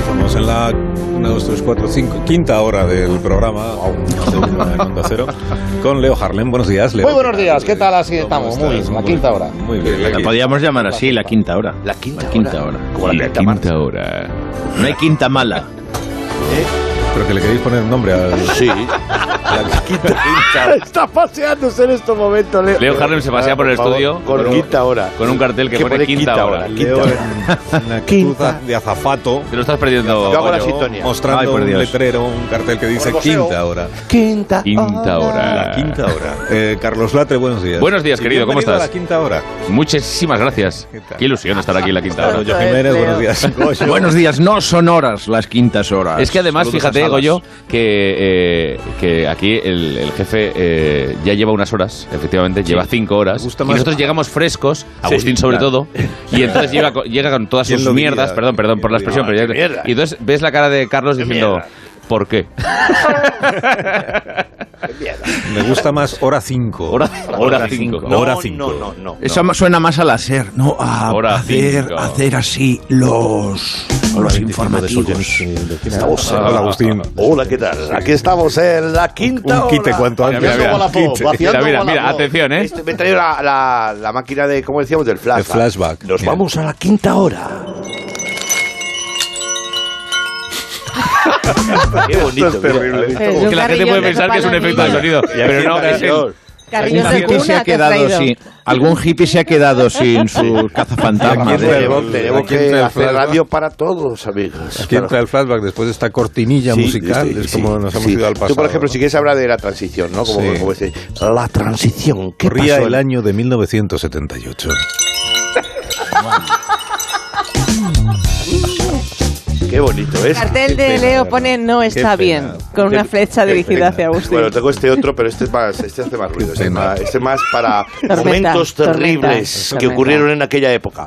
Estamos en la 1, 2, 3, 4, 5, quinta hora del programa de Onda Cero, con Leo Harlem. Buenos días, Leo. Muy buenos días, ¿qué tal? Así ¿Cómo estamos, estás? muy bien, la quinta hora. Muy bien, La aquí. podíamos llamar así, la quinta hora. La quinta, hora. Como la quinta hora. No hay quinta mala. Pero que le queréis poner nombre al... Sí. la quinta. Está paseándose en estos momentos, Leo. Leo Harlem se pasea por el Por favor, estudio con un- quinta hora. Con un cartel que Que pone pone quinta, quinta hora. hora. Leo en una actitud de azafato. Te lo estás perdiendo. Yo hago la Goyo. sintonía. Ay, Mostrando por un Dios. letrero, un cartel que dice Morboseo. quinta hora. Quinta, Quinta hora. La quinta hora. Eh, Carlos Latre, buenos días. Buenos días, Y querido, ¿cómo bienvenido estás? a la quinta hora. Muchísimas gracias. ¿Qué tal? Qué ilusión estar aquí en la quinta hora. Goyo Jiménez, buenos días. Goyo. Ah, Buenos días, no son horas las quintas horas. Es que además, Saludos fíjate, a Salas. Goyo, que, eh, que aquí el, el jefe eh, ya lleva unas horas, efectivamente, lleva cinco horas. Me gusta Y más- nosotros llegamos frescos, Agustín sobre todo, y entonces llega, con- llega con todas ¿Quién sus lo diría? mierdas, perdón, perdón por la ¿Quién expresión, lo pero ya- y entonces ves la cara de Carlos diciendo, mierda? ¿por qué? Me gusta más hora 5. Hora, hora cinco. Hora 5. No, no, Eso ma- suena más al hacer, no a Ahora hacer, cinco. hacer así los, los informativos. Estamos en- Hola, Agustín. Hola, ¿qué tal? Aquí estamos en la quinta Un quite Ah. cuanto antes. Mira, mira, Un quite. Mira, mira, mira, atención, ¿eh? Este, me he traído la, la- la máquina de, ¿cómo decíamos? Del De flash. flashback. Nos Bien. vamos a la quinta hora. Qué Esto bonito. es terrible. mira. Es Que la gente puede pensar que es un efecto de sonido, pero no, es el- Carrillos Algún de hippie cuna se ha que has quedado traído. sin, algún hippie se ha quedado sin su cazafantasma. Aquí entra el- Tenemos, tenemos Aquí entra que el hacer flashback. radio para todos, amigos. Aquí entra el flashback después de esta cortinilla Pues Sí, musical. sí, es sí, como nos hemos sí. ido al pasado. Tú, por ejemplo, ¿no? si quieres hablar de la transición, ¿no? Como, Sí. como este, la transición. ¿Qué Corría pasó? el año de 1978. Qué bonito es. cartel de Leo pone no está Qué pena. bien, con una flecha Qué dirigida pena. hacia Agustín. Bueno, tengo este otro, pero este es más, este hace más ruido. Este es pena. más, este es más para Tormenta, momentos terribles tormenta, que tormenta. ocurrieron en aquella época.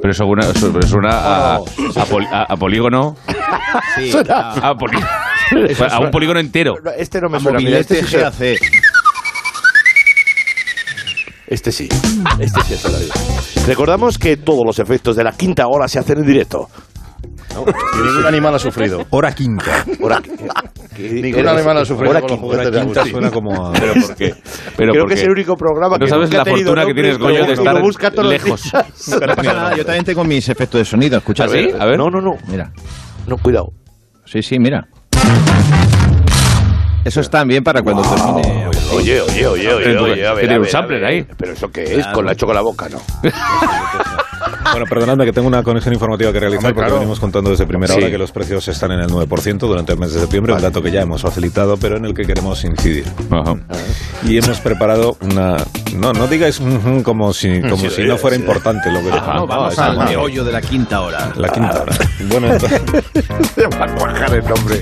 Pero eso suena, eso- pero suena a, a pol- a- a polígono. A, poli- a un polígono entero. No, Este no me suena. mira, este, sí suena- este sí. Este sí suena bien. Recordamos que todos los efectos de la quinta hora se hacen en directo. Ningún animal ha sufrido. Hora quinta. Hora, Ningún animal ha sufrido Hora con los quinta. juguetes de Hora quinta Agustín. suena como a... Pero por qué. Pero Creo por que es qué. el único programa No que sabes nunca la ha tenido fortuna que nombre y tienes, Goyo, de lo estar busca todos los lejos. días. No Ah, pasa nada, yo también tengo mis efectos de sonido, ¿Ah, escuchad. sí? A ver. No, no, no. Mira, No, cuidado. sí, sí, mira. Eso está bien para cuando termine. Oye, oye, oye, oye, Tiene- oye. a ver, tiene a un ver, sampler a ver. ahí. Pero eso qué es, con la choco la boca, ¿no? Bueno, perdonadme que tengo una conexión informativa que realizar porque venimos contando desde primera hora Sí. que los precios están en el 9% durante el mes de septiembre, un dato que ya hemos facilitado, pero en el que queremos incidir. Ajá. Y hemos preparado una... No, no digáis ujú, como si, como si no fuera importante Ah, lo que... Ajá, No, Vamos está al mal. meollo de la quinta hora. Ah, La quinta hora. Bueno, entonces... Para cuajar el nombre.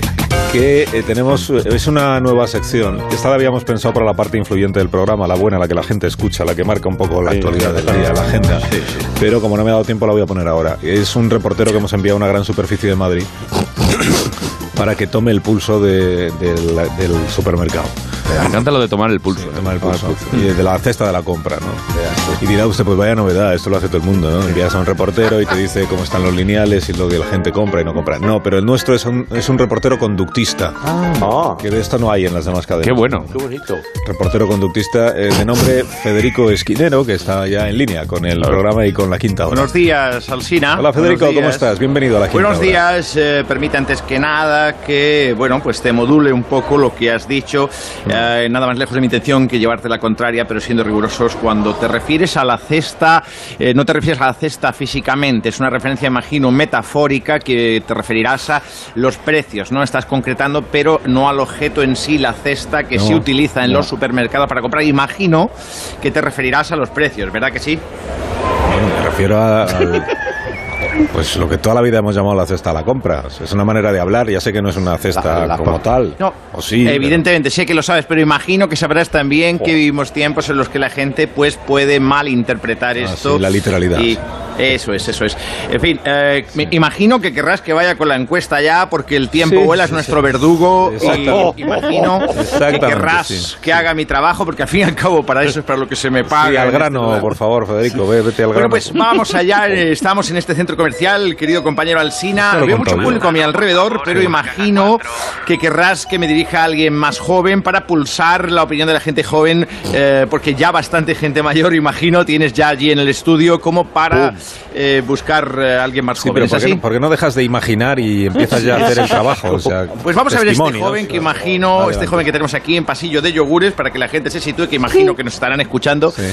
que eh, tenemos eh, es una nueva sección. Esta la habíamos pensado para la parte influyente del programa, la buena, la que la gente escucha, la que marca un poco la actualidad del día, la agenda. Pero como no me ha dado tiempo la voy a poner ahora. Es un reportero que hemos enviado a una gran superficie de Madrid para que tome el pulso de- de la- del supermercado. Me encanta lo de tomar el pulso. Tomar el pulso. ah, pues, Y de la cesta de la compra, ¿no? Y dirá usted, pues vaya novedad, esto lo hace todo el mundo, ¿no? Envías a un reportero y te dice cómo están los lineales y lo que la gente compra y no compra. No, pero el nuestro es un, es un reportero conductista. Ah, Que de esto no hay en las demás cadenas. Qué bueno. qué bonito. Reportero conductista eh, de nombre Federico Esquinero, que está ya en línea con el programa y con la quinta hora. Buenos días, Alsina. Hola Federico, Buenos ¿cómo días. estás? Bienvenido a la quinta Buenos hora. días, eh, permite antes que nada que, bueno, pues te module un poco lo que has dicho. Eh, nada más lejos de mi intención que llevarte la contraria, pero siendo rigurosos, cuando te refieres a la cesta, eh, no te refieres a la cesta físicamente, es una referencia, imagino, metafórica que te referirás a los precios, ¿no? Estás concretando, pero no al objeto en sí, la cesta que No, se utiliza en no. los supermercados para comprar. Imagino que te referirás a los precios, ¿verdad que sí? Bueno, me refiero a- al, Pues lo que toda la vida hemos llamado la cesta a la compra. O sea, Es una manera de hablar, ya sé que no es una cesta como tal. No, O sí. evidentemente sé que lo sabes, pero imagino que sabrás también que vivimos tiempos en los que la gente pues puede malinterpretar esto. Ah, sí, la literalidad, Y sí. eso es, eso es. En fin, eh, me imagino que querrás que vaya con la encuesta ya, porque el tiempo Sí, vuela, sí, es nuestro sí. verdugo. Exactamente. Y imagino que Exactamente, querrás sí. que haga mi trabajo, porque al fin y al cabo para eso es para lo que se me pero- paga. Sí, al en este grano, programa. por favor, Federico, ve, vete al grano. Bueno, pues vamos allá. eh, Estamos en este centro comercial, querido compañero Alsina. Claro, Veo mucho contador. público a mi alrededor, pero imagino que querrás que me dirija a alguien más joven para pulsar la opinión de la gente joven, eh, porque ya bastante gente mayor, imagino, tienes ya allí en el estudio como para eh, buscar eh, a alguien más Sí, joven. pero ¿Es ¿por qué, así? no- por qué no dejas de imaginar y empiezas ya a hacer el trabajo? O sea, Pues vamos a ver este testimonios. joven que imagino, Vale, este vale. joven que tenemos aquí en Pasillo de Yogures, para que la gente se sitúe, que imagino que nos estarán escuchando. Sí.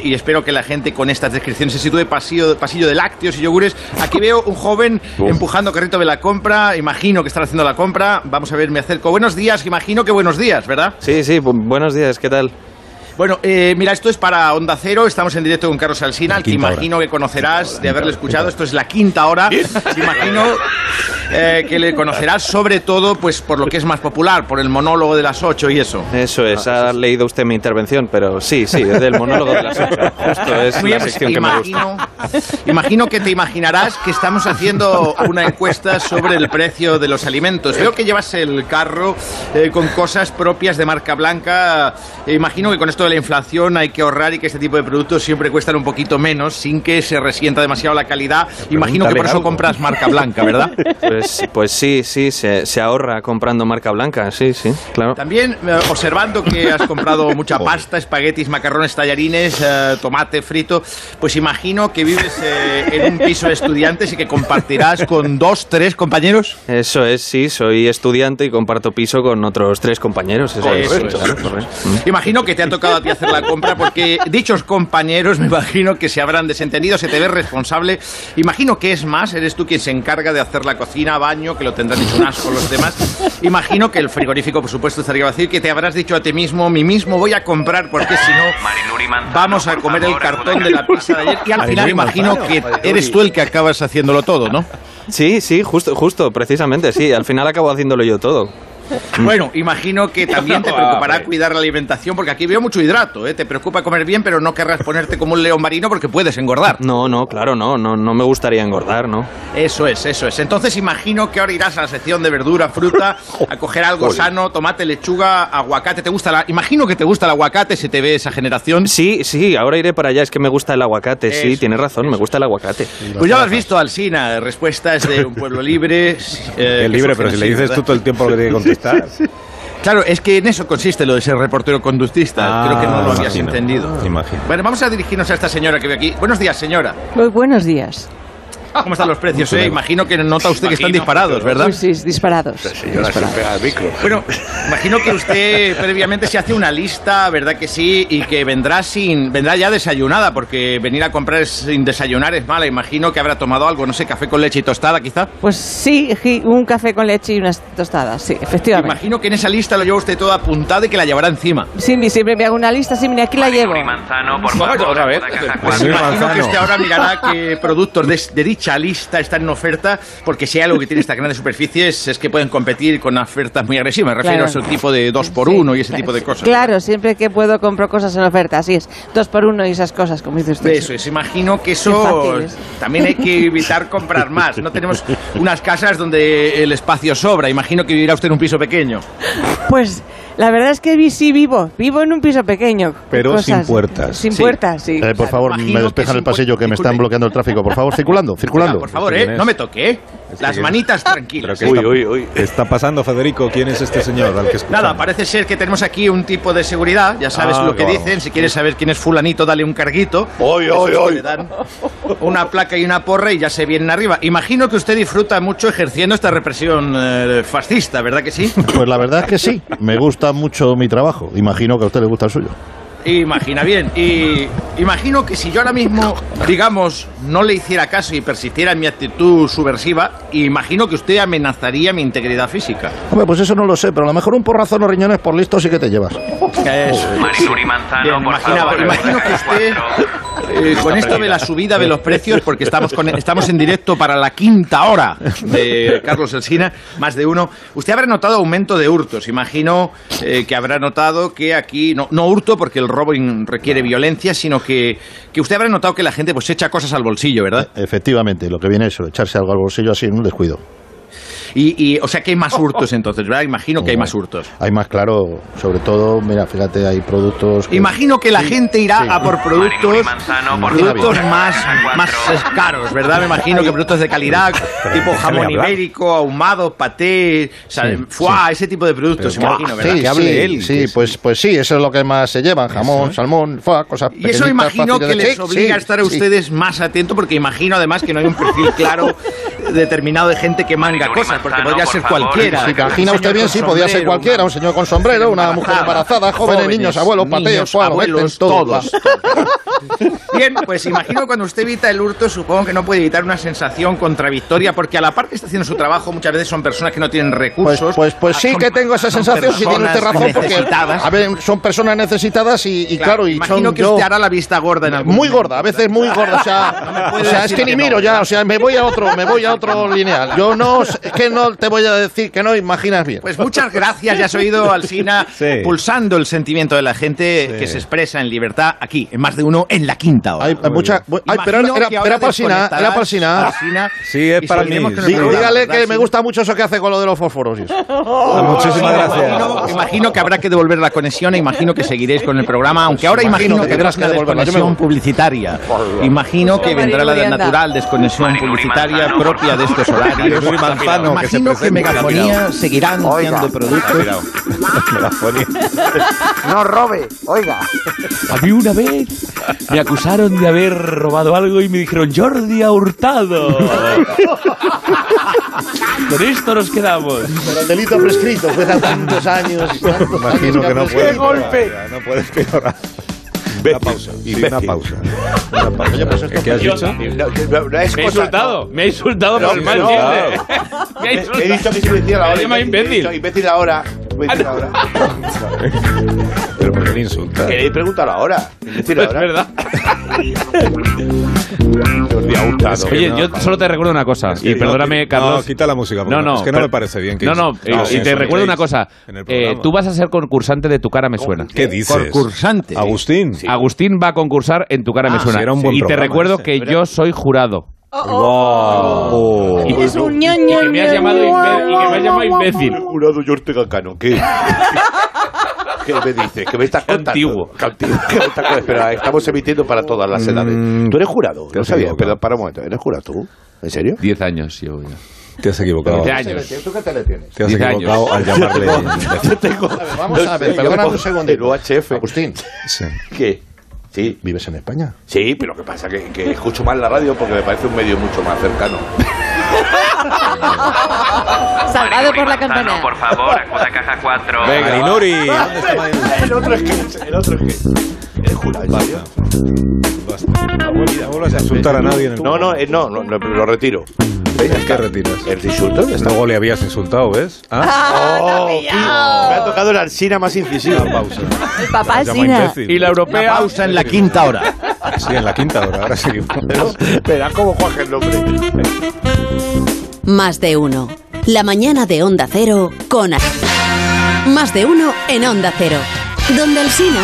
Y, y espero que la gente con estas descripciones se sitúe pasillo, pasillo de lácteos y yogures. Aquí veo un joven empujando carrito de la compra, imagino que estará haciendo la compra. Vamos a ver, me acerco. Buenos días, imagino que buenos días, ¿verdad? Sí, sí, bu- buenos días, ¿qué tal? Bueno, eh, mira, esto es para Onda Cero. Estamos en directo con Carlos Alsina, al que quinta imagino que conocerás de haberle escuchado. Esto es la quinta hora. imagino eh, que le conocerás sobre todo pues, por lo que es más popular, por el monólogo de las ocho y eso. Eso es, Ah, pues ha leído usted mi intervención, pero sí, sí, es del monólogo de las ocho. Justo es Muy la bien, pues, sección que me gusta. imagino, imagino que te imaginarás que estamos haciendo una encuesta sobre el precio de los alimentos. Veo que llevas el carro eh, con cosas propias de marca blanca. Eh, imagino que con esto de la inflación hay que ahorrar y que este tipo de productos siempre cuestan un poquito menos sin que se resienta demasiado la calidad. Imagino que por eso algo. compras marca blanca, ¿verdad? Pues, pues sí, sí, se, se ahorra comprando marca blanca, sí, sí, claro. También eh, observando que has comprado mucha pasta, espaguetis, macarrones, tallarines, eh, tomate frito, pues imagino que vives eh, en un piso de estudiantes y que compartirás con dos, tres compañeros. Eso es, sí, soy estudiante y comparto piso con otros tres compañeros. Eso es, Correcto. sí, claro, correcto. Mm. Imagino que te ha tocado a ti hacer la compra porque dichos compañeros me imagino que se habrán desentendido, se te ve responsable. Imagino que es más, eres tú quien se encarga de hacer la cocina, baño, que lo tendrán hecho un asco los demás. Imagino que el frigorífico, por supuesto, estaría vacío y que te habrás dicho a ti mismo, mí mismo voy a comprar porque si no vamos a comer el cartón de la pizza de ayer. Y al final imagino que eres tú el que acabas haciéndolo todo, ¿no? Sí, sí, justo, justo, precisamente, sí. Al final acabo haciéndolo yo todo. Mm. Bueno, imagino que también Ah, te preocupará cuidar la alimentación, porque aquí veo mucho hidrato, ¿eh? Te preocupa comer bien, pero no querrás ponerte como un león marino porque puedes engordar. Mm. No, no, claro, no, no, no me gustaría engordar, ¿no? Eso es, eso es. Entonces imagino que ahora irás a la sección de verdura, fruta, a coger algo sano, tomate, lechuga, aguacate. ¿Te gusta la...? Imagino que te gusta el aguacate si te ve esa generación. Sí, sí, ahora iré para allá, es que me gusta el aguacate, sí, Eso, tienes razón, me gusta el aguacate. Pues ya lo has visto, Alsina. Respuestas de un pueblo libre. eh, Es libre, que pero si surgen le así, dices ¿verdad? tú todo el tiempo lo que tiene que contestar. Claro, es que en eso consiste lo de ser reportero conductista. Creo que no lo habías Ah, imagino, Ah, entendido. Imagino. Bueno, vamos a dirigirnos a esta señora que veo aquí. Buenos días, señora. Muy Pues buenos días. ¿Cómo están los precios? eh? Imagino que nota usted que están disparados, ¿verdad? Uy, Pues sí, disparados. Bueno, imagino que usted previamente se hace una lista, ¿verdad que sí? Y que vendrá sin, vendrá ya desayunada, porque venir a comprar sin desayunar es mala. Imagino que habrá tomado algo, no sé, café con leche y tostada, quizá. Pues sí, ji- un café con leche y unas tostadas, sí, efectivamente. Imagino que en esa lista lo lleva usted todo apuntado y que la llevará encima. Cindy, siempre me hago una lista, sí, mira, aquí la llevo. Bueno, otra vez. cuatro. Pues Imagino que Manzano. usted ahora mirará qué productos de, de dicha lista están en oferta, porque si hay algo que tiene estas grandes superficies es que pueden competir con ofertas muy agresivas. Me refiero Claro. a ese tipo de dos por Sí, uno y ese claro, tipo de sí. cosas. Claro, siempre que puedo compro cosas en oferta, así es. Dos por uno y esas cosas, como dice usted. Eso es, imagino que Qué eso fácil es. también hay que evitar comprar más. No tenemos unas casas donde el espacio sobra. Imagino que vivirá usted en un piso pequeño. Pues la verdad es que vi- sí vivo, vivo en un piso pequeño. Pero sin puertas. Sin Sí. puertas, sí. Eh, por favor, Imagino me despejan que el pasillo que me disculpe. están bloqueando el tráfico. Por favor, circulando, circulando. Por favor, ¿Este eh, quién es? no me toque. eh. quién Las es? manitas Pero tranquilas. ¿qué, eh. está, qué está pasando, Federico? ¿Quién es este señor al que escuchamos? Nada, parece ser que tenemos aquí un tipo de seguridad. Ya sabes Ah, lo que claro. dicen. Si quieres saber quién es fulanito, dale un carguito. Oy, Esos oy, que oy. Le dan una placa y una porra y ya se vienen arriba. Imagino que usted disfruta mucho ejerciendo esta represión eh, fascista, ¿verdad que sí? Pues la verdad es que sí, me gusta mucho mi trabajo. Imagino que a usted le gusta el suyo. Imagina bien. Y imagino que si yo ahora mismo, digamos, no le hiciera caso y persistiera en mi actitud subversiva, imagino que usted amenazaría mi integridad física. Hombre, pues eso no lo sé, pero a lo mejor un porrazo en los riñones por listo sí que te llevas. Eso es. Marisuri Manzano, Bien, Ah, por imaginaba, favor. imagino que usted, eh, con esto de la subida de los precios, porque estamos, con- estamos en directo para la quinta hora de Carlos Elsina, más de uno, usted habrá notado aumento de hurtos. Imagino eh, que habrá notado que aquí, no, no hurto porque el robo in- requiere violencia, sino que, que usted habrá notado que la gente pues echa cosas al bolsillo, ¿verdad? Efectivamente, lo que viene es eso, echarse algo al bolsillo así en un descuido. Y, y, o sea que hay más hurtos entonces, ¿verdad? Imagino que hay más hurtos. Hay más claro, sobre todo, mira, fíjate, hay productos... que- Imagino que la Sí, gente irá sí. a por productos, productos más, más caros, ¿verdad? Me imagino que productos de calidad, tipo déjame jamón hablar. ibérico, ahumado, paté, o sea, Sí, foie, ese tipo de productos, Pero imagino, que- ¿verdad? sí, sí, Sí, pues, pues sí, eso es lo que más se llevan, jamón, salmón, foie, cosas Y eso pequeñitas, imagino fáciles que de- les sí, obliga a estar a sí. ustedes más atentos, porque imagino además que no hay un perfil claro determinado de gente que manga cosas, porque podría ser cualquiera. Si cajina usted bien, sí, podía ser cualquiera. Un señor con sombrero, Este una mujer embarazada, jóvenes, niños, abuelos, pateos, foie, lo meten abuelos, todo, Pues, todos. va. Bien, pues imagino cuando usted evita el hurto, supongo que no puede evitar una sensación contradictoria, porque a la parte está haciendo su trabajo, muchas veces son personas que no tienen recursos. Pues, pues, pues sí que tengo esa Ah, son sensación, si tiene usted personas razón, porque necesitadas. a ver, son personas necesitadas y, y claro, y imagino son que yo- usted hará la vista gorda en algún muy gorda, a veces muy gorda, o sea, puede o sea, es decir que ni que no. miro ya, o sea, me voy a otro, me voy a otro lineal. Yo no, es que no te voy a decir que no, imaginas bien. Pues muchas gracias, ya has oído Alsina Sí. pulsando el sentimiento de la gente que se expresa en libertad aquí, en más de uno, en la quinta hora. Hay mucha- ay, pero era- era- era para Alsina, era para Alsina. Ah, Sí, es Y para mí. seguiremos con el sí. programa. Dígale ¿verdad, que sí? me gusta mucho eso que hace con lo de los fósforos. y eso. Ah, Muchísimas gracias. Imagino, imagino que habrá que devolver la conexión e imagino que seguiréis con el programa, aunque ahora imagino, que habrá una devolverla, yo me desconexión voy. publicitaria. Imagino Pues que vendrá la natural desconexión publicitaria propia de estos horarios. Marinuri Manzano, que se imagino que, presente, Megafonía cuidado. seguirá anunciando productos. No robe, oiga. A mí una vez me acusaron de haber robado algo y me dijeron Jordi ha hurtado. Con esto nos quedamos. Pero el delito prescrito fue hace tantos años. Imagino que no puede. golpe! No puedes peorar. Una pausa. Sí, una pausa. Una pausa. pues ¿Qué has dicho? Me he insultado, me he insultado por el mal chiste. Me ha insultado. He dicho que soy imbécil ahora. Me llama He dicho imbécil ahora. Imbécil ahora. Pero ¿por qué le insultas? Queréis preguntarlo ahora. Imbécil Es ahora. verdad. Pues Oye, yo solo te recuerdo una cosa. Es que Y no, perdóname, no, Carlos. quita la música, por No, favor. no. Es que no per- me parece bien que No, no. insultéis. y- No, y te eso, recuerdo una insultéis cosa. en el Eh, programa. tú vas a ser concursante de Tu cara me suena. ¿Qué dices? Concursante. Agustín. Agustín va a concursar en Tu cara me Ah, suena. sí, era un buen y te programa recuerdo ese, que ¿verdad? yo soy jurado. Oh. Eres un ñoño, Y que me has llamado imbe- y que me has llamado imbécil. Jurado George Cano, ¿qué? ¿Qué me dices? ¿Qué me estás contando? antiguo. Qué antiguo. ¿Qué me estás contando? Espera, estamos emitiendo para todas las edades. ¿Tú eres jurado? No sabía. Pero para un momento, ¿eres jurado tú? ¿En serio? Diez años llevo ya. Te has equivocado. Diez años. ¿Tú qué te le tienes? Te has Diez años. equivocado al llamarle. Vamos a ver, perdona un segundo. El UHF. Agustín, Sí. ¿Qué? Sí, ¿vives en España? sí, pero lo que pasa es que, que escucho más la radio porque me parece un medio mucho más cercano. Salvado por la Manzano, campana. Ah, por favor, acuda a caja 4. Marinuri. ¿Dónde está Marinuri? el otro es que... El otro es que... El jurado. tío. No vuelvas a insultar a nadie en el No, no, eh, no, no, lo- lo retiro. ¿El qué retiras? El insulto ya está. Luego le habías insultado, ¿ves? Ah, ¡Oh, Oh, Me ha tocado la alcina más incisiva. una pausa. El papá Llama Sina. imbécil. Y la europea. Pausa en la quinta hora. Sí, en la quinta hora. Ahora seguimos. Verás cómo cuaja el nombre. Más de uno. La mañana de Onda Cero con... A- Más de uno en Onda Cero. Donde el Sina...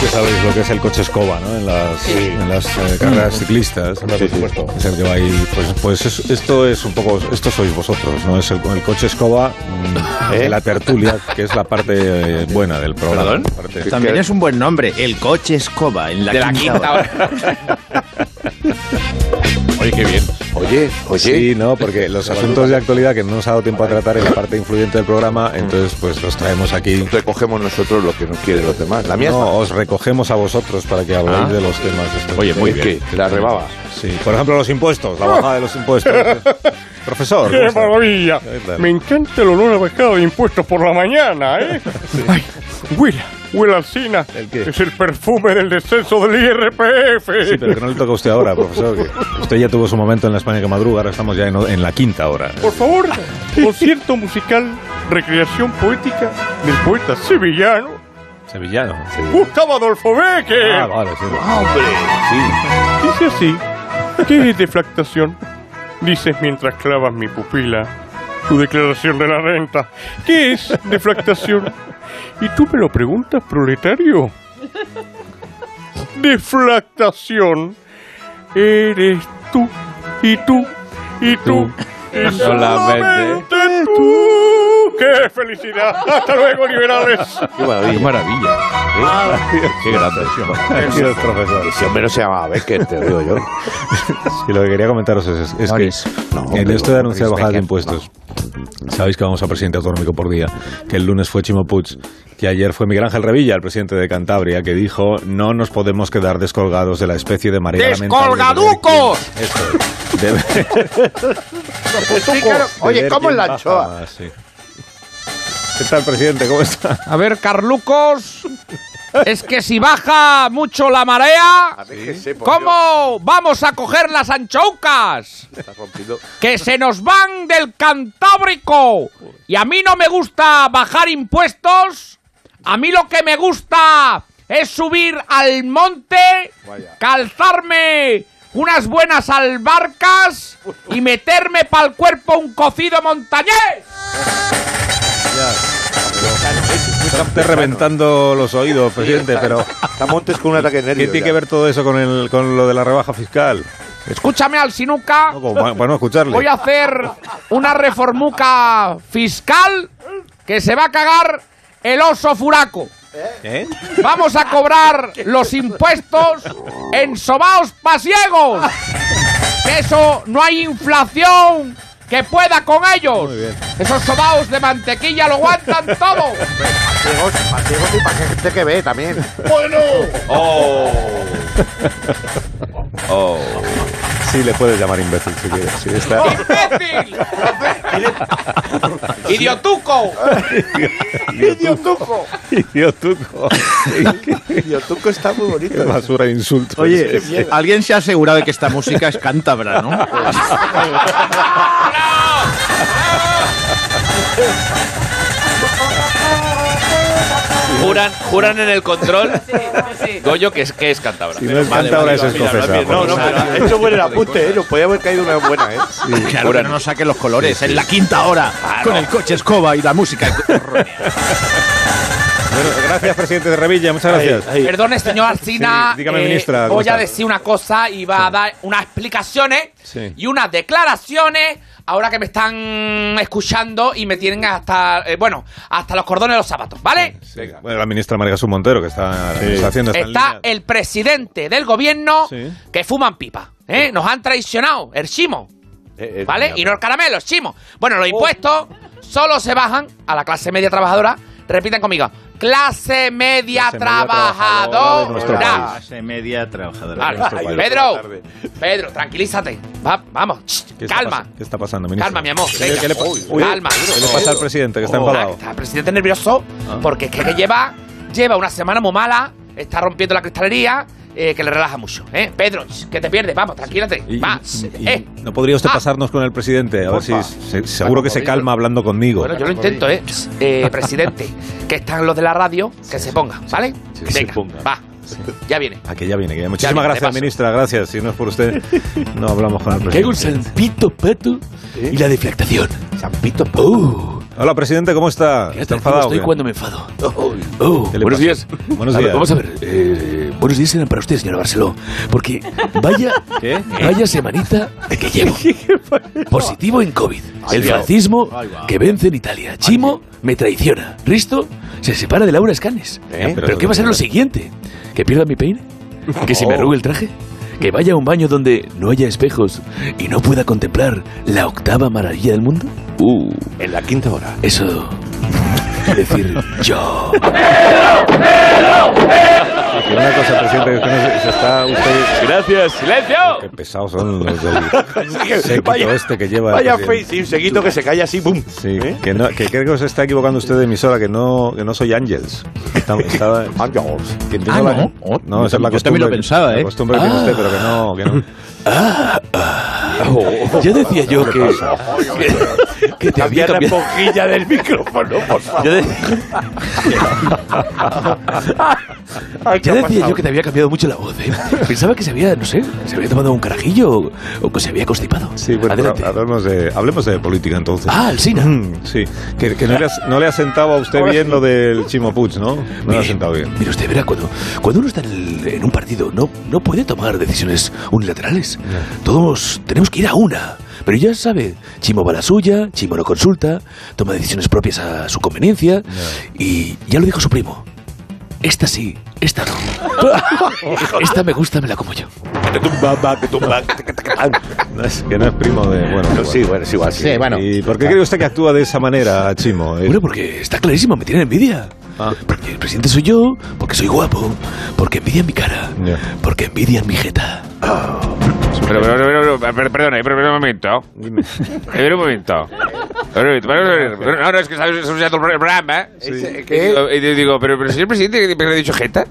Que sabéis lo que es el coche escoba, ¿no? En las, en las eh, carreras ciclistas. por supuesto. Es el que va ahí. Pues, pues es- esto es un poco. Esto sois vosotros, ¿no? Es el, el coche escoba mm, ¿Eh? de la tertulia, que es la parte eh, buena del programa. ¿Perdón? La parte- Pues También es un buen nombre, el coche escoba en la De la quinta quinta hora. hora. Oye, qué bien. Oye, oye. Pues Sí, no, porque los Pues asuntos de actualidad que no nos ha dado tiempo a tratar en la parte influyente del programa, entonces pues los traemos aquí. Mm. Recogemos nosotros lo que nos quieren los demás. La mía No, os recogemos a vosotros para que habléis Ah. de los temas. estos. Oye, muy bien. Que la rebaba. Sí, por ejemplo, los impuestos, la bajada de los impuestos. Profesor. ¿cómo ¡Qué está? maravilla! ¿Qué tal? Me encanta el olor a pescado de impuestos por la mañana, ¿eh? Ay, huela, Will Alsina. Es el perfume del descenso del IRPF. Sí, pero que no le toca a usted ahora, profesor. que usted ya tuvo su momento en la España que madruga, ahora estamos ya en, en la quinta hora. Por favor, concierto musical, recreación poética del poeta sevillano Sevillano. Gustavo Adolfo Becker. Ah, vale, sí. ¡Hombre! Dice así. ¿Qué es deflactación? Dices mientras clavas mi pupila. Tu declaración de la renta. ¿Qué es deflactación? ¿Y tú me lo preguntas, proletario? Deflactación. Eres tú y tú y tú. y solamente tú. ¡Qué felicidad! ¡Hasta luego, liberales! Qué maravilla. Qué maravilla. Qué grande. Gracias, profesor. Ese hombre no se llamaba Becker, te lo digo yo. Y lo que quería comentaros es, es que en esto de anunciar bajadas de impuestos, sabéis que vamos a presidente autonómico por día, que el lunes fue Chimo Puig, que ayer fue Miguel Ángel Revilla, el presidente de Cantabria, que dijo no nos podemos quedar descolgados de la especie de marea lamentable ¡Descolgaducos! de ver quién- de- Sí, claro. de Oye, ver ¿cómo quién es la baja anchoa? más, sí. ¿Qué tal, presidente? ¿Cómo está? A ver, Carlucos, es que si baja mucho la marea, ¿cómo vamos a coger las anchoucas? Que se nos van del Cantábrico. Y a mí no me gusta bajar impuestos. A mí lo que me gusta es subir al monte, calzarme unas buenas albarcas y meterme pa'l cuerpo un cocido montañés. Está usted reventando los oídos, presidente, pero... Está Montes con un ataque de ¿Qué nervios. tiene que ver todo eso con, el, con lo de la rebaja fiscal? Escúchame al sinuca. Como Para no escucharle. Voy a hacer una reformuca fiscal que se va a cagar el oso furaco. ¿Eh? Vamos a cobrar los impuestos en sobaos pasiegos. Que eso no hay inflación que pueda con ellos. Esos sobaos de mantequilla lo aguantan todo. Ciegos, para ciegos y para gente que ve también. Bueno. ¡Oh! ¡Oh! Sí, le puedes llamar imbécil si quieres. Sí, está. ¡Idiotuco! ¡Idiotuco! ¡Idiotuco! ¡Idiotuco está muy bonito! Qué basura de insultos. Oye, Sí, sí. alguien se ha asegurado de que esta música es cántabra, ¿no? Juran, juran en el control, Goyo, que es, que es cántabra. Si no es cántabra, es escocesa, No, no, pero ha hecho buen el apunte, ¿eh? Nos podía haber caído una buena, ¿eh? Claro que no nos saquen los colores. En la quinta hora, con el coche escoba y la música. Bueno, gracias, presidente de Revilla. Muchas gracias. Perdone, señor Alcina. Sí, dígame, ministra, ¿cómo Voy a está? decir una cosa y va a dar unas explicaciones Sí. y unas declaraciones. Ahora que me están escuchando y me tienen hasta, eh, bueno, hasta los cordones de los zapatos, ¿vale? Bueno, la ministra Marga Montero, que está, está haciendo esta Está el presidente del gobierno que fuman pipa. ¿eh? Nos han traicionado, el chimo. ¿Vale? Y no el caramelo, el chimo. Bueno, los impuestos solo se bajan a la clase media trabajadora. Repitan conmigo. Clase media, media trabajadora. Clase media trabajadora. Vale. Pedro, Pedro, tranquilízate. Va- vamos, ch, ¿Qué está calma. pas- ¿Qué está pasando, ministra? Calma, mi amor. ¿Qué, venga. qué le, pa- Uy, calma. ¿Qué le pasa al presidente, que está Oh. enfadado? Ah. Está el presidente nervioso porque es que, que lleva, lleva una semana muy mala, está rompiendo la cristalería, eh, que le relaja mucho. ¿eh? Pedro, ch, que te pierdes, vamos, tranquilízate. Va, ch, eh. ¿No podría usted Ah. pasarnos con el presidente? A ver si se- seguro que se calma hablando conmigo. Bueno, yo lo intento, ¿eh? Ps, eh, presidente, que están los de la radio, que se ponga, ¿vale? que se Venga, ponga. va. Ya viene. Aquí ya viene. Ah, que ya- Ya Muchísimas viene, gracias, te paso. ministra. Gracias. Si no es por usted, no hablamos con el Me Caigo un presidente. salpito, pato y ¿Eh? la deflactación. Ah. Salpito, pato. Hola, presidente, ¿cómo está? ¿Está enfadado? estoy o qué? cuando me enfado. Oh, ¿Qué le buenos pasa? días. Buenos A ver, días. vamos a ver. eh, buenos días eran para usted, señora Barceló. Porque vaya, vaya semanita que llevo. Positivo en COVID. Ahí el va. fascismo Ahí va. que vence en Italia. Chimo me traiciona. Risto se separa de Laura Escanes. Pero, pero- ¿qué va a ser lo siguiente? ¿Que pierda mi peine? ¿Que se me arrugue el traje? ¿Que vaya a un baño donde no haya espejos y no pueda contemplar la octava maravilla del mundo? Uh, en la quinta hora. Eso. es Decir yo. Una cosa, presidente, que usted no se, se está usted Gracias. ¡Silencio! Qué pesados son los del séquito Vaya- este que lleva. el Vaya presidente. face, sí, un seguito que se calla así, ¿Eh? ¡bum! Sí, que, no- que creo que se está equivocando usted de emisora, que no, que no soy Ángels. Ángels. Ah, no, no. no, esa es la Yo también lo costumbre- pensaba, La ¿eh? costumbre que tiene Ah. usted, pero que no. Que no. Ya decía yo que. que te había la cambiado. esponjilla del micrófono, por favor. Yo, de- Ay, ¿qué Ya ha decía pasado? yo que te había cambiado mucho la voz. ¿eh? Pensaba que se había, no sé, se había tomado un carajillo o, o que se había constipado. Sí, bueno, pero Adelante. hablemos de, hablemos de política entonces. Ah, Alsina. Mm, Sí, que, que no, le has- no le ha sentado a usted bien lo del Chimo Puig, ¿no? No le ha sentado bien. Mira usted, verá, cuando, cuando uno está en, el- en un partido no, no puede tomar decisiones unilaterales. Todos tenemos que ir a una. Pero ya sabe, Chimo va a la suya, Chimo no consulta, toma decisiones propias a su conveniencia. Y ya lo dijo su primo. Esta sí, esta no. esta me gusta, me la como yo. No es- que no es primo de. Bueno, sí, bueno, es igual. sí, bueno. ¿Y por qué cree usted que actúa de esa manera, Chimo? Eh, Bueno, porque está clarísimo, me tiene envidia. Porque el presidente soy yo, porque soy guapo, porque envidian mi cara, porque envidian mi jeta. Pero, pero, pero, pero, per- perdona, pero, pero un momento. Pero un momento. Pero, pero, pero, pero, No, no, es que sabes, es un el programa. ¿eh? Y digo- Y digo, pero, pero señor presidente, ¿me ha dicho jeta?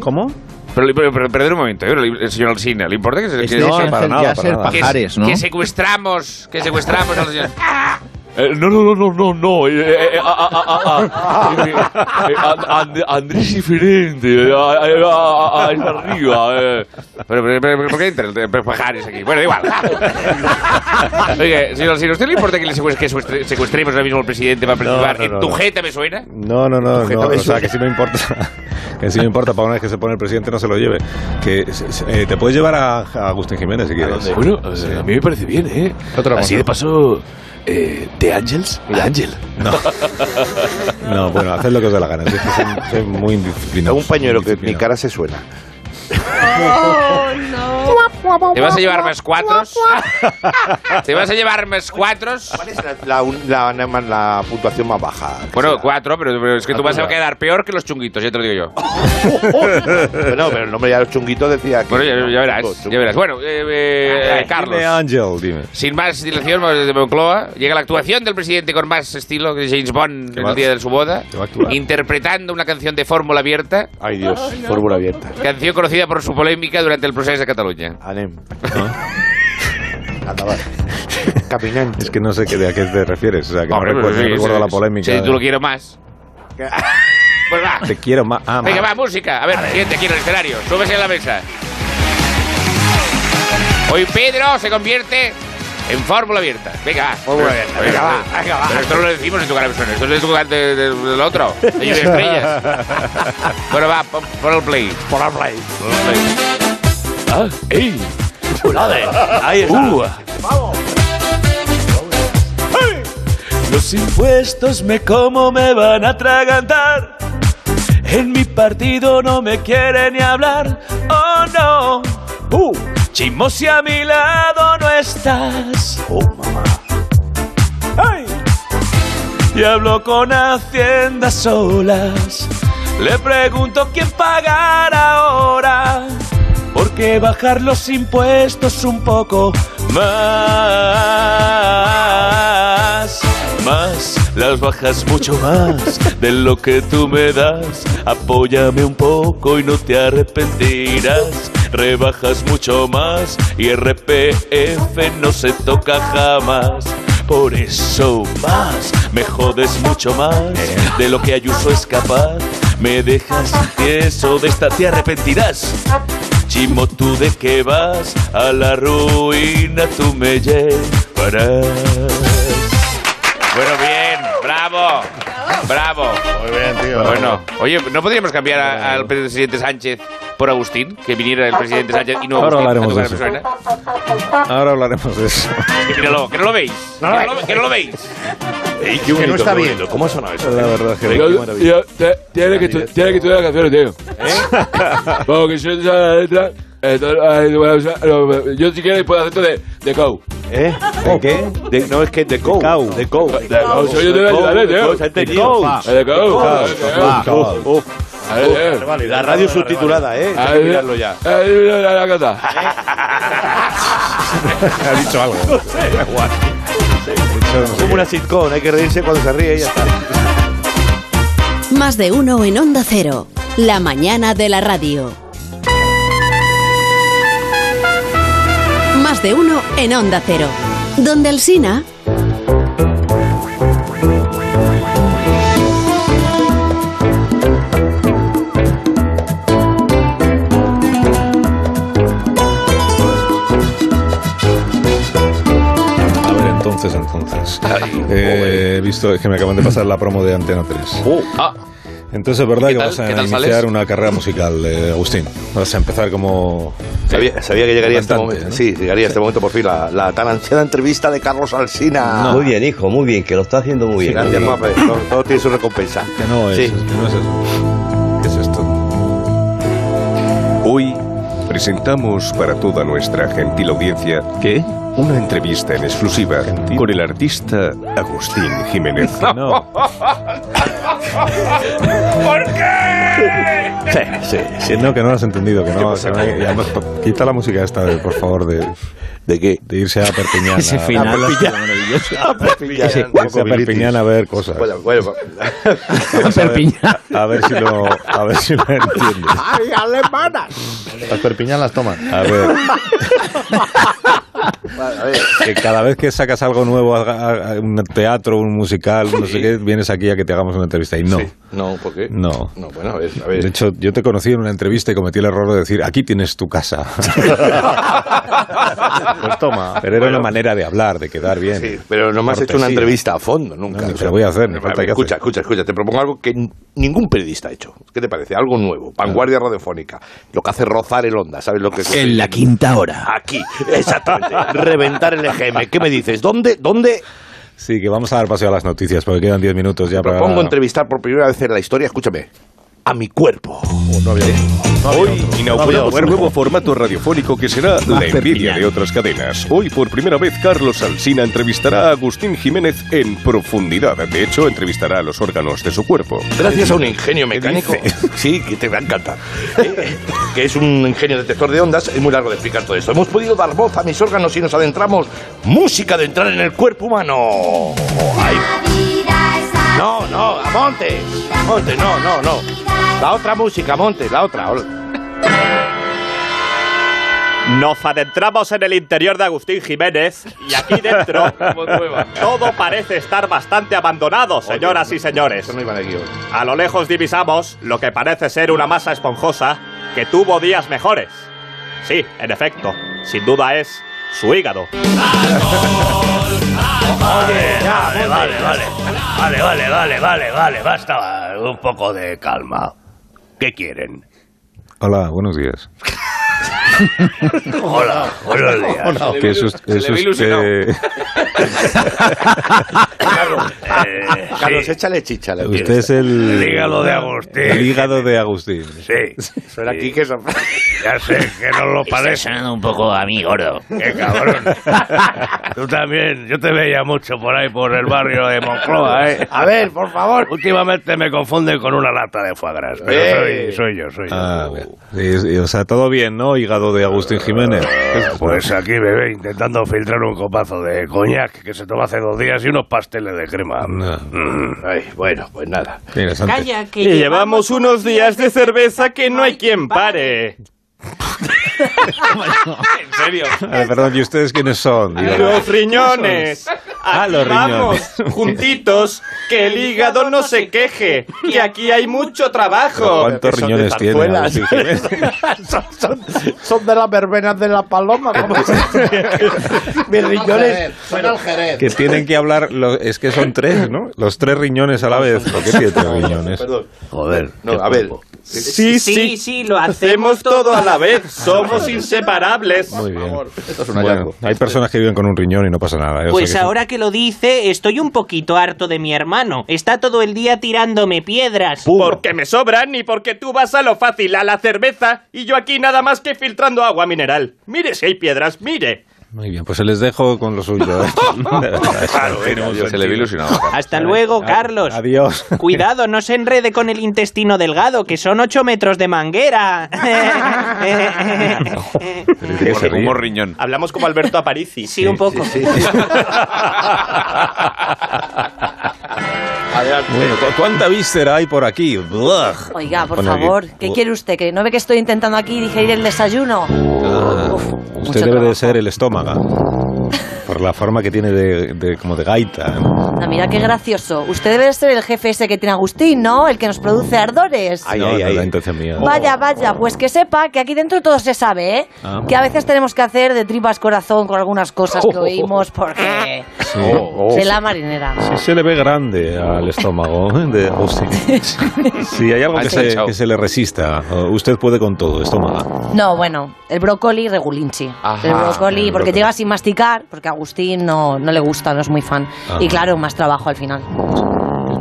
¿Cómo? Pero, pero, pero, perdón un momento, ¿eh? el señor Alsina, ¿le importa que se Este que- es que- Ángel para nada, Yasser para nada. Pajares, que, ¿no? Que secuestramos, que secuestramos al señor. Eh, no, no, no, no, no, no. eh, eh, eh, ah, ah, ah, ah, eh, eh, eh, And- And- Andrés y Ferente. eh, ah, eh, ah, ah, ah, está arriba. eh. Pero, pero, pero, pero, ¿por qué entra el de- pero Pajares aquí? Bueno, da igual. Oye, señor Alsina, ¿usted le importa que, le secuest- que secuestre- secuestremos ahora mismo al presidente para participar? no, no, ¿En tu no. jeta me suena? No, no, no, Objeto no, de o sea, suyo. que sí me importa. Que sí me importa, para una vez que se pone el presidente no se lo lleve. Que se- se- eh, te puedes llevar a, a Agustín Jiménez si quieres. Bueno, o sea, a mí me parece bien, ¿eh? Otra Así cosa. de paso, eh, de Ángels a Ángel. No. No, bueno, haced lo que os dé la gana. si es que soy, soy muy indisciplinado. Un pañuelo que mi cara se suena. ¿Te vas a llevar más cuatros? ¿Te vas a llevar más cuatros? La, un- la, la, la puntuación más baja. Bueno, cuatro, pero, pero es que tú vas a quedar peor que los chunguitos, ya te lo digo yo. no, pero el nombre ya de los chunguitos decía que. Bueno, ya, ya verás, ya verás. Bueno, eh, eh, Carlos. Dime, Ángel, dime. Sin más dilación, vamos desde Moncloa. Llega la actuación del presidente con más estilo que James Bond en el más? día de su boda, ¿Qué va a actuar? interpretando una canción de fórmula abierta, Ay, Dios, fórmula abierta. canción conocida por su polémica durante el proceso de Cataluña. Anem. Es que no sé qué- de a qué te refieres. O sea, que Hombre, no pero recuerdo, pues sí, no pues recuerdo sí, la sí. polémica. eh. Sí, tú lo quiero más. Pues va. Te quiero más. Ah, Venga, más. va, música. A ver, siguiente aquí en el escenario. Súbese a la mesa. Hoy Pedro se convierte en fórmula abierta. Venga, va. Fórmula abierta. Venga, va, venga, va. Pero esto no lo decimos en tu cara persona. Esto es de tu cara de- de- del otro. De Lluvia de estrellas. bueno, va, pon pon el play. Por el play. Ah, ¡Ey! Ahí está. Uh. Los impuestos me como me van a atragantar. En mi partido no me quieren ni hablar. Oh no. Uh. Chimo, si a mi lado no estás. Oh mamá. Y hablo con Hacienda a solas. Le pregunto quién pagará ahora. Porque bajar los impuestos un poco más. Más, las bajas mucho más de lo que tú me das. Apóyame un poco y no te arrepentirás. Rebajas mucho más y RPF no se toca jamás. Por eso más, me jodes mucho más de lo que Ayuso es capaz. Me dejas eso de esta te arrepentirás. Chimo, tú de que vas a la ruina, tú me llevarás. Bueno, bien. Bravo. Bravo. Muy bien, tío. Bueno, oye, ¿no podríamos cambiar a- al presidente Sánchez por Agustín? Que viniera el presidente Sánchez y no Ahora Agustín. hablaremos a de tu eso. cara persona. Ahora hablaremos de eso. Que míralo, que no lo veis. Que no lo- que no lo veis. Ey, Que no está bien. ¿Cómo ha sonado eso? La verdad es que- Venga, qué yo- maravilla. yo- Tiene que, estu- tiene que estudiar la canción, tío. ¿Eh? Porque si no te sabes la letra, entonces, ay, bueno, o sea, no, yo si quieres puedo hacerte de, de cow. ¿Eh? ¿De qué? De- no, es que de Cow. De Cow. De Cow, soy yo de la- de la- de- Cow, o sea, De Eh, de Cow. Cow. De Cow. Cow. Uf, uf. La radio subtitulada, ¿eh? Hay que mirarlo ya. Ha dicho algo. No sé. Como una sitcom, hay que reírse cuando se ríe y ya está. Más de uno en Onda Cero. La mañana de la radio. Más de uno en Onda Cero. Donde el Sina. A ver, entonces, entonces. Eh, He visto que me acaban de pasar la promo de Antena 3. Uh, Ah, Entonces es verdad que tal- vas a qué tal iniciar sales? una carrera musical, eh, Agustín. Vas a empezar como... Sabía, sabía que llegaría este Cantante, momento. ¿no? Sí, llegaría este momento por fin. La, la tan ansiada entrevista de Carlos Alsina. Muy bien, hijo, muy bien, que lo está haciendo muy bien. Gracias, papá. Todo, todo tiene su recompensa. Que no es, Sí. que no es eso. ¿Qué es esto? Hoy presentamos para toda nuestra gentil audiencia ¿Qué? una entrevista en exclusiva con el artista Agustín Jiménez. ¿Por qué? Sí, sí, No, que no lo has entendido, que ¿Qué no. pasa, que no- Pepe? y además, pa- quita la música esta, de, por favor, de... ¿De qué? De irse a Perpiñán. Ese a- final a ha sido Perpiñán. maravilloso. Ese- irse a Perpiñán a ver cosas. Bueno, bueno. Vamos a ver- A ver si lo, a ver si lo entiendes. ¡Ay, alemanas! Las Perpiñán las toman. A ver. que cada vez que sacas algo nuevo, haga- haga- un teatro, un musical, no sé qué, vienes aquí a que te hagamos una entrevista. Y no. No, ¿por qué? No. No, bueno, a ver, a De ver. hecho, yo te conocí en una entrevista y cometí el error de decir, aquí tienes tu casa. Pues toma. Pero era una manera de hablar, de quedar bien. Sí, pero no me has hecho una Cortesía. entrevista a fondo nunca. No, ni O te sea, la voy a hacer, ni a falta ver, que escucha, escucha, escucha. Te propongo algo que n- ningún periodista ha hecho. ¿Qué te parece? Algo nuevo. Vanguardia radiofónica. Lo que hace rozar el onda, ¿sabes lo que es? En la quinta hora. Aquí, exactamente. Reventar el EGM. ¿Qué me dices? ¿Dónde? ¿Dónde? Sí, que vamos a dar paseo a las noticias, porque quedan 10 minutos ya para... Propongo entrevistar por primera vez en la historia, escúchame, a mi cuerpo. Hoy inauguramos otro. un nuevo formato radiofónico que será la envidia de otras cadenas. Hoy por primera vez Carlos Alsina entrevistará a Agustín Jiménez en profundidad. De hecho, entrevistará a los órganos de su cuerpo. Gracias a un ingenio mecánico. Sí, que te va a encantar. Eh, que es un ingenio detector de ondas. Es muy largo de explicar todo esto. Hemos podido dar voz a mis órganos y nos adentramos. Música de entrar en el cuerpo humano. Ay. No, no, a Montes. Montes, no, no, no. La otra música, Montes, la otra. Nos adentramos en el interior de Agustín Jiménez y aquí dentro todo parece estar bastante abandonado, señoras y señores. A lo lejos divisamos lo que parece ser una masa esponjosa que tuvo días mejores. Sí, en efecto, sin duda es su hígado. Vale, vale, vale. Vale, vale, vale, vale, vale. Basta un poco de calma. ¿Qué quieren? Hola, buenos días. Hola, buenos días. Que es us- es usted... Eh, Carlos, échale chicha. a la Usted es el... El hígado de Agustín. El hígado de Agustín. Sí. Será aquí que Ya sé que no lo Está parece. un poco a mí, gordo. Qué cabrón. Tú también. Yo te veía mucho por ahí, por el barrio de Moncloa, ¿eh? A ver, por favor. Últimamente me confunden con una lata de foie gras. Pero soy, soy yo, soy yo. Ah, bien. Sí, sí, o sea, todo bien, ¿no? Hígado de Agustín Jiménez. Pues aquí, bebé, intentando filtrar un copazo de coñac que se tomó hace dos días y unos pasteles de crema. Ay, bueno, pues nada. Calla, que Y llevamos unos días de cerveza que no hay quien pare. ¿En serio? Ah, perdón, ¿y ustedes quiénes son? Digo, Los riñones. Ah, los riñones. Vamos, juntitos, que el hígado no se queje, que aquí hay mucho trabajo. ¿Cuántos riñones tiene? Agustín Jiménez? son, son- son de las verbenas de la paloma. como Mis riñones. Suena al Jerez. Que tienen que hablar, lo- es que son tres, ¿no? Los tres riñones a la vez. ¿Por qué tiene tres riñones? Joder. No, a ver. Sí, sí, lo hacemos todo a la vez, somos inseparables. Muy bien. Esto es Bueno, hay personas que viven con un riñón y no pasa nada. ¿eh? O sea Pues que sí. ahora que lo dice, estoy un poquito harto de mi hermano. Está todo el día tirándome piedras. Porque me sobran y porque tú vas a lo fácil, a la cerveza, y yo aquí nada más que filtrando agua mineral. Mire si hay piedras, mire. Muy bien, pues se les dejo con lo suyo. ¿eh? Claro, venga, adiós. Se le ve ilusionado. Hasta luego, Carlos. Adiós. Cuidado, no se enrede con el intestino delgado, que son 8 metros de manguera. que se ríe. un morriñón. Hablamos como Alberto Aparici. Sí, un poco. Bueno, ¿cu- ¿cuánta víscera hay por aquí? Buah. Oiga, por Pone aquí. favor, ¿qué Bu- quiere usted? ¿Que no ve que estoy intentando aquí digerir el desayuno? Ah, usted debe de ser el estómago. Por la forma que tiene de, de- como de gaita. ¿no? Ah, mira qué gracioso. Usted debe de ser Este el jefe ese que tiene Agustín, ¿no? El que nos produce ardores. no, no, la intención mía. Vaya, vaya, pues que sepa que aquí dentro todo se sabe, ¿eh? Ah. Que a veces tenemos que hacer de tripas corazón con algunas cosas que oímos porque Sí. se la marinera. Sí se le ve grande al estómago ¿eh? de Agustín. Si hay algo que se, que se le resista, uh, usted puede con todo, estómago. No, bueno, el brócoli regulinchi. Ajá, el brócoli, el porque brócoli. llega sin masticar, porque a Agustín no, no le gusta, no es muy fan. Ah. Y claro, más trabajo al final.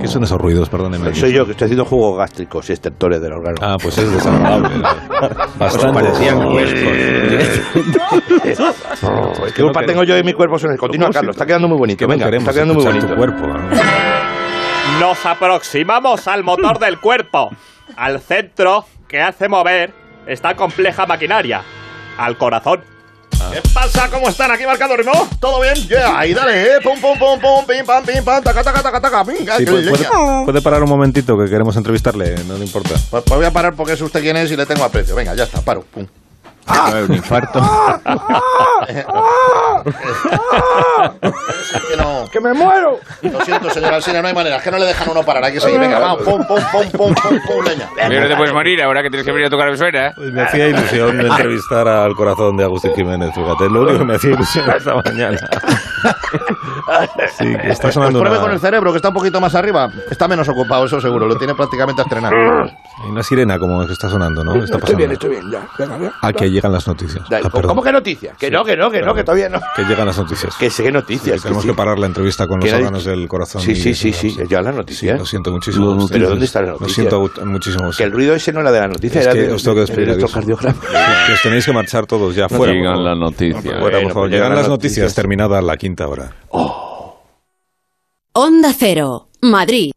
¿Qué son esos ruidos? Perdóneme. Soy yo que estoy haciendo jugos gástricos y extentores del órgano. Ah, pues es desagradable. Bastante. parecían Pues ¿Qué culpa tengo yo de mi cuerpo son el continuo, Carlos? Está quedando muy bonito. Venga, queremos está quedando muy escuchar bonito. tu cuerpo. Nos aproximamos al motor del cuerpo, al centro que hace mover esta compleja maquinaria, al corazón. ¿Qué pasa? ¿Cómo están? ¿Aquí marcando ritmo? Ah. ¿Todo bien? Yeah, ahí dale, eh. Pum, pum, pum, pum, pim, pam, pim, pam, taca, taca, taca, taca, Ah, venga, Sí, qué puede, puede- leña. puede parar un momentito que queremos entrevistarle, ¿eh? no le importa. Pues, pues voy a parar porque es usted quien es y le tengo aprecio. Venga, ya está, paro. Pum. Un infarto. Que no. ¡Que me muero! Lo siento, señor Alsina, no hay manera. Es que no le dejan uno parar. Hay que seguir. Venga, vamos. Pum, pum, pum, pum, pum, pum, leña. Pero no te puedes morir ahora que tienes que venir a tocar el suena. ¿eh? Me hacía ilusión de entrevistar al corazón de Agustín Jiménez, fíjate. es Lo único que me hacía ilusión esta mañana. Sí, que está Pues sonando pruebe con una, el cerebro, que está un poquito más arriba. Está menos ocupado, eso seguro. Lo tiene prácticamente a estrenar. una sirena como que está sonando, ¿no? Está Estoy pasando. bien, estoy bien, ya. Venga, ya. Ah, que llegan las noticias. Ah, perdón. ¿Cómo que noticias? Que no, que no, que no, que todavía no. Que llegan las noticias. Que sé noticias. Tenemos que parar la entrevista con ¿Qué los ha órganos dicho? del corazón. Sí, y sí, sí, eso, sí, ya la noticia. Sí, lo siento muchísimo. No, no, Agustín. pero ¿dónde está la Lo noticia? siento agu- muchísimo. Que el ruido ese no era de la noticia, Es era que de, os tengo que despedir. de adiós. electrocardiograma. Sí, que os tenéis que marchar todos ya fuera. Llegan por favor. las noticias. Fuera, por Bueno, favor. pues llegan Llegan las las noticias, terminada la quinta hora. Onda Cero, Madrid.